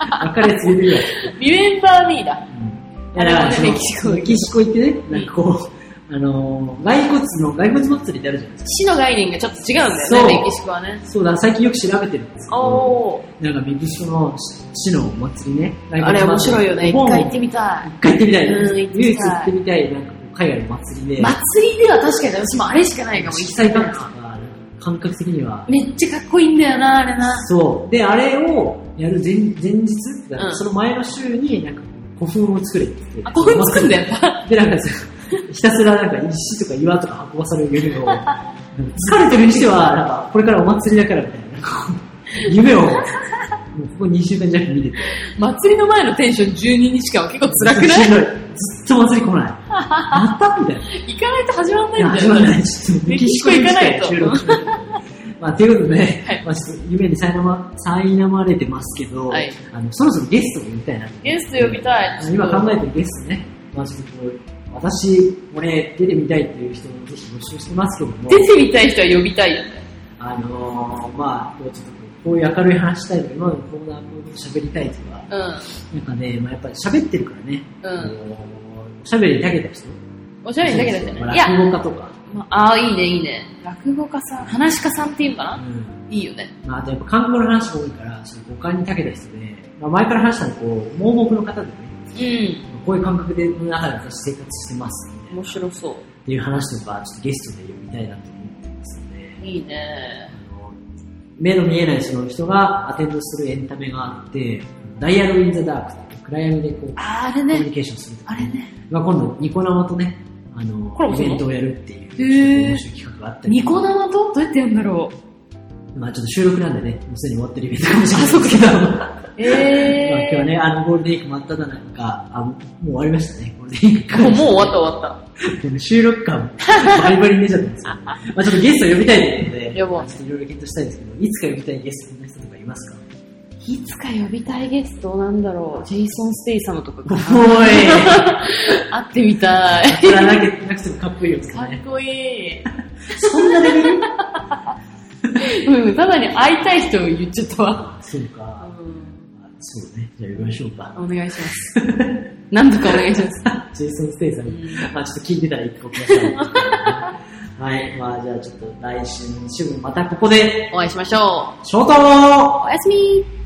B: ら。別れ告げ てるじゃん。
A: リメンバーミーだ。
B: いやだからその
A: メキシコ
B: メキシコ行ってね、なんかこう、あ のー、骸骨の、骸骨祭りってあるじゃないですか。
A: 死の概念がちょっと違うんだ
B: そう
A: よね、メキシコはね。
B: そうだ、最近よく調べてるんですけど、
A: おー。
B: なんかメキシコの市のお祭りね。
A: あれ面白いよね。
B: お盆
A: 一回行ってみた
B: 一回行ってみたいな。
A: うん行ってみたい
B: 唯一行ってみたい、なんかこう海外の祭り
A: い。
B: で、
A: 祭りでは確かに私もあれしかないかも、
B: 色
A: 行きた
B: 彩
A: い
B: 感
A: な。
B: 覚が、感覚的には。
A: めっちゃかっこいいんだよな、あれな。
B: そう。で、あれをやる前前日だから
A: うん
B: その前の週に、なんかこう古墳を作れって言って。
A: あ、興奮つくんだよな。
B: で、なんかさ、ひたすらなんか石とか岩とか運ばされる夢を、なんか 疲れてるにしては、なんかこれからお祭りだからみたいな、なんかこう夢を、もうここ2週間弱見てて。
A: 祭りの前のテンション12日間は結構辛く ない
B: しんどいずっと祭り来ない。 またみたいな。
A: 行かないと始まんない
B: や、
A: いんだ
B: 始
A: よ
B: ま ん
A: な。
B: ない。ちょっと
A: メキシコ行かないと
B: メキシコ行きたい収録。まあ、ということで、
A: はい
B: まあ、ちょっと夢に苛ま、苛まれてますけど、
A: はい
B: あの、そろそろゲストを呼びたいな。
A: ゲスト呼びたい。
B: 今考えてるゲストね、まあ、ちょっとこう私、俺、出てみたいっていう人もぜひ募集してますけども、
A: 出てみたい人は呼びたいよね。
B: あのー、まあ、こうちょっとこういう明るい話したいとか、今のコーナーこう喋りたいとか、
A: うん。
B: なんかね、まあ、やっぱり喋ってるからね、
A: うん
B: あのーおしゃべりに長けた人、
A: おしゃれにだけだじゃ
B: ま
A: ない。
B: あ
A: いや、
B: 落語家とか、
A: まああー、いいね、いいね。落語家さん、話し家さんっていうのか
B: う
A: なんいいよね。
B: まあ、あとやっぱ韓国の話が多いから、その五感に長けた人で、まあ、前から話したのこう、盲目の方でね、
A: うん。
B: こういう感覚で、の中で私生活してます、みたいな。
A: 面白そう。
B: っていう話とか、ちょっとゲストで呼びたいなと思ってますので、
A: いいね。
B: あの目の見えないその人がアテンドするエンタメがあって、ダイアログ・イン・ザ・ダークっていう暗闇でこう、
A: あーあれ
B: コミュニ
A: ね。
B: ケーションするとか、
A: あれね。
B: まあ、今度ニコ生とね、あの
A: コラボ
B: イ
A: するの
B: ベントをやるっていう、
A: へー
B: 面白い企画があったり
A: ニコ生とどうやってやるんだろ
B: まあちょっと収録なんでね、もうすでに終わってるイベントかもしれないですけど、まあ
A: う。
B: 今
A: え
B: 日は
A: え
B: ね、あのゴールデンウィーク真っ只中、あ、もう終わりましたね、ゴールデンウィー
A: ー。
B: ク。
A: もうもう終わった終わっ
B: 収録感、バリバリに出ちゃったんです けど、まあちょっとゲスト呼びたいということで、
A: 呼ぼう
B: ちょっといろいろ検討したいんですけど、いつか呼びたいゲストの人とかいますか
A: た。いつか呼びたいゲストなんだろう。ジェイソン・ステイサムとか
B: お
A: か
B: い
A: な 会ってみたい。
B: それはなくなくてもかっこいいよです
A: かっ
B: ね。
A: こいい。
B: そんなレベル
A: うん、ただに会いたい人を言っちゃったわ。
B: そうか。まあそうね。じゃあ呼びましょう か。
A: お願いします。何度かお願いします。
B: ジェイソン・ステイさん
A: うん
B: まあちょっと聞いてたら一個ください。はい。まあじゃあちょっと来週の週もまたここで、
A: お会いしましょ
B: ショート
A: う。おやすみ。